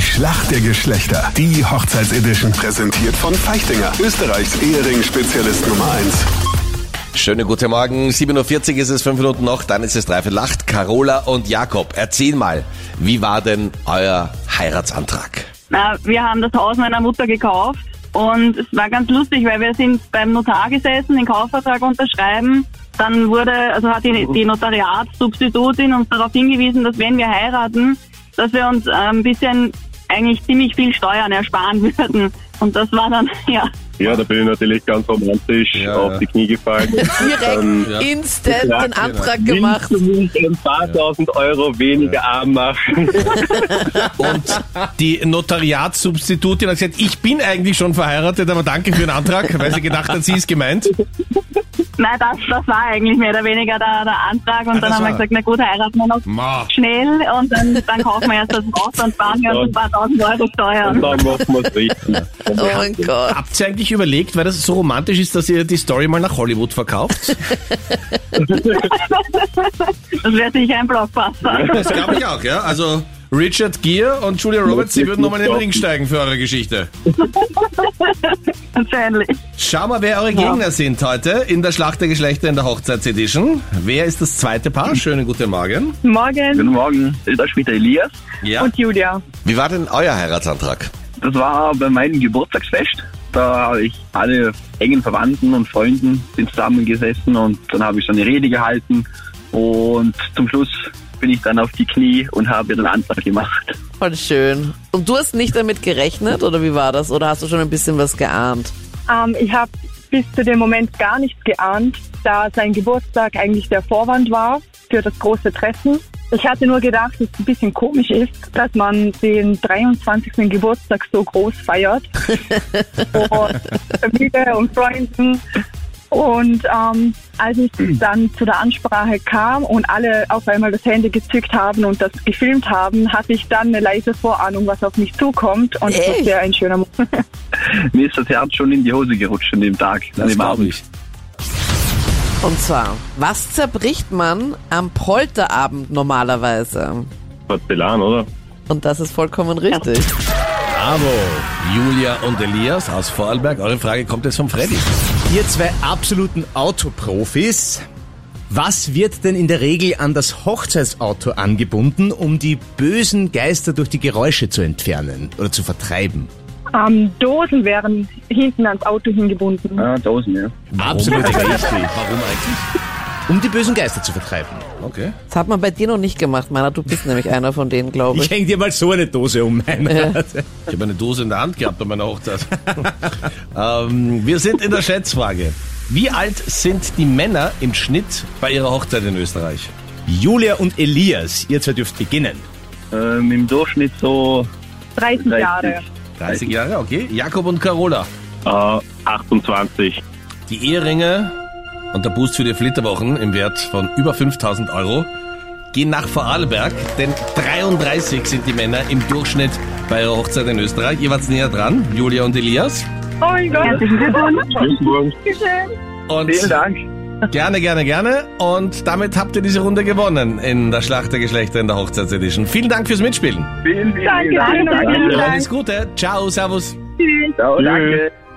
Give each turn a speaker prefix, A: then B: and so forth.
A: Schlacht der Geschlechter. Die Hochzeitsedition präsentiert von Feichtinger, Österreichs Ehering-Spezialist Nummer 1.
B: Schönen guten Morgen. 7.40 Uhr ist es, fünf Minuten noch, dann ist es dreiviertel acht. Carola und Jakob, erzähl mal, wie war denn euer Heiratsantrag?
C: Na, wir haben das Haus meiner Mutter gekauft und es war ganz lustig, weil wir sind beim Notar gesessen, den Kaufvertrag unterschreiben. Dann wurde, also hat die, die Notariatssubstitutin uns darauf hingewiesen, dass wenn wir heiraten, dass wir uns äh, ein bisschen eigentlich ziemlich viel Steuern ersparen würden. Und das war dann, ja,
D: Ja, da bin ich natürlich ganz romantisch
B: Ja,
D: auf
B: ja.
D: die Knie gefallen.
E: Direkt
D: Dann
E: instant
D: Ähm, Ja, genau.
E: einen Antrag
D: willst
E: gemacht.
D: du mich ein paar tausend Euro weniger arm machen?
F: Und die Notariatssubstitutin hat gesagt, ich bin eigentlich schon verheiratet, aber danke für den Antrag, weil sie gedacht hat, sie ist gemeint.
C: nein, das, das war eigentlich mehr oder weniger der, der Antrag. Und dann
F: Ah, das
C: haben wir
F: war-
C: gesagt, na gut, heiraten wir noch
F: Ma.
C: schnell und dann, dann kaufen wir erst das Haus und sparen wir uns ein paar tausend Euro Steuern.
D: Und dann machen wir es richtig.
E: Oh mein Gott.
F: Habt ihr eigentlich überlegt, weil das so romantisch ist, dass ihr die Story mal nach Hollywood verkauft?
C: Das wäre sicher ein Blockbuster.
F: Das glaube ich auch, ja. Also Richard Gere und Julia Roberts, sie würden nochmal in den Ring steigen für eure Geschichte.
C: Wahrscheinlich.
F: Schau mal, wer eure Gegner sind heute in der Schlacht der Geschlechter in der Hochzeitsedition. Wer ist das zweite Paar? Schönen guten Morgen.
C: Morgen
G: Guten Morgen, da spricht der Elias.
F: Ja.
C: Julia.
B: Wie war denn euer Heiratsantrag?
G: Das war bei meinem Geburtstagsfest. Da habe ich alle engen Verwandten und Freunden sind zusammengesessen und dann habe ich so eine Rede gehalten. Und zum Schluss bin ich dann auf die Knie und habe den Antrag gemacht.
E: Voll schön. Und du hast nicht damit gerechnet oder wie war das? Oder hast du schon ein bisschen was geahnt?
H: Ähm, ich habe bis zu dem Moment gar nichts geahnt, da sein Geburtstag eigentlich der Vorwand war für das große Treffen. Ich hatte nur gedacht, dass es ein bisschen komisch ist, dass man den 23. Geburtstag so groß feiert. Vor Familie und Freunden. Und ähm, als ich dann zu der Ansprache kam und alle auf einmal das Handy gezückt haben und das gefilmt haben, hatte ich dann eine leise Vorahnung, was auf mich zukommt. Und das
E: Echt?
H: war sehr ein schöner Moment.
G: Mir ist das Herz schon in die Hose gerutscht an dem Tag, an dem
F: glaub
G: Abend.
F: ich.
E: Und zwar, was zerbricht man am Polterabend normalerweise?
D: Porzellan, oder?
E: Und das ist vollkommen richtig.
F: Bravo, Julia und Elias aus Vorarlberg. Eure Frage kommt jetzt von Freddy.
I: Ihr zwei absoluten Autoprofis. Was wird denn in der Regel an das Hochzeitsauto angebunden, um die bösen Geister durch die Geräusche zu entfernen oder zu vertreiben?
H: Ähm, Dosen wären hinten ans Auto hingebunden.
G: Ja, Dosen, ja.
I: Absolut
F: eigentlich?
I: richtig.
F: Warum eigentlich?
I: Um die bösen Geister zu vertreiben.
F: Okay.
E: Das hat man bei dir noch nicht gemacht, meiner. Du bist nämlich einer von denen, glaube
I: Ich
E: ich.
I: häng dir mal so eine Dose um, mein Rat.
F: Ich habe eine Dose in der Hand gehabt an meiner Hochzeit. ähm, wir sind in der Schätzfrage. Wie alt sind die Männer im Schnitt bei ihrer Hochzeit in Österreich?
I: Julia und Elias, ihr zwei dürft beginnen.
G: Ähm, Im Durchschnitt so
H: 30
G: 30.
H: Jahre.
F: 30 Jahre, okay. Jakob und Carola.
D: Äh, 28.
F: Die Eheringe und der Boost für die Flitterwochen im Wert von über 5000 Euro gehen nach Vorarlberg, denn 33 sind die Männer im Durchschnitt bei ihrer Hochzeit in Österreich. Ihr wart näher dran, Julia und Elias.
H: Oh mein Gott,
C: Herzlichen Glückwunsch.
D: Glückwunsch.
F: Und
G: Vielen Dank.
F: Gerne, gerne, gerne. Und damit habt ihr diese Runde gewonnen in der Schlacht der Geschlechter in der Hochzeitsedition. Vielen Dank fürs Mitspielen.
G: Vielen, vielen,
H: danke,
G: vielen
H: danke,
G: Dank.
H: danke.
F: Alles Gute. Ciao, Servus.
G: Ciao,
D: Tschüss.
G: danke.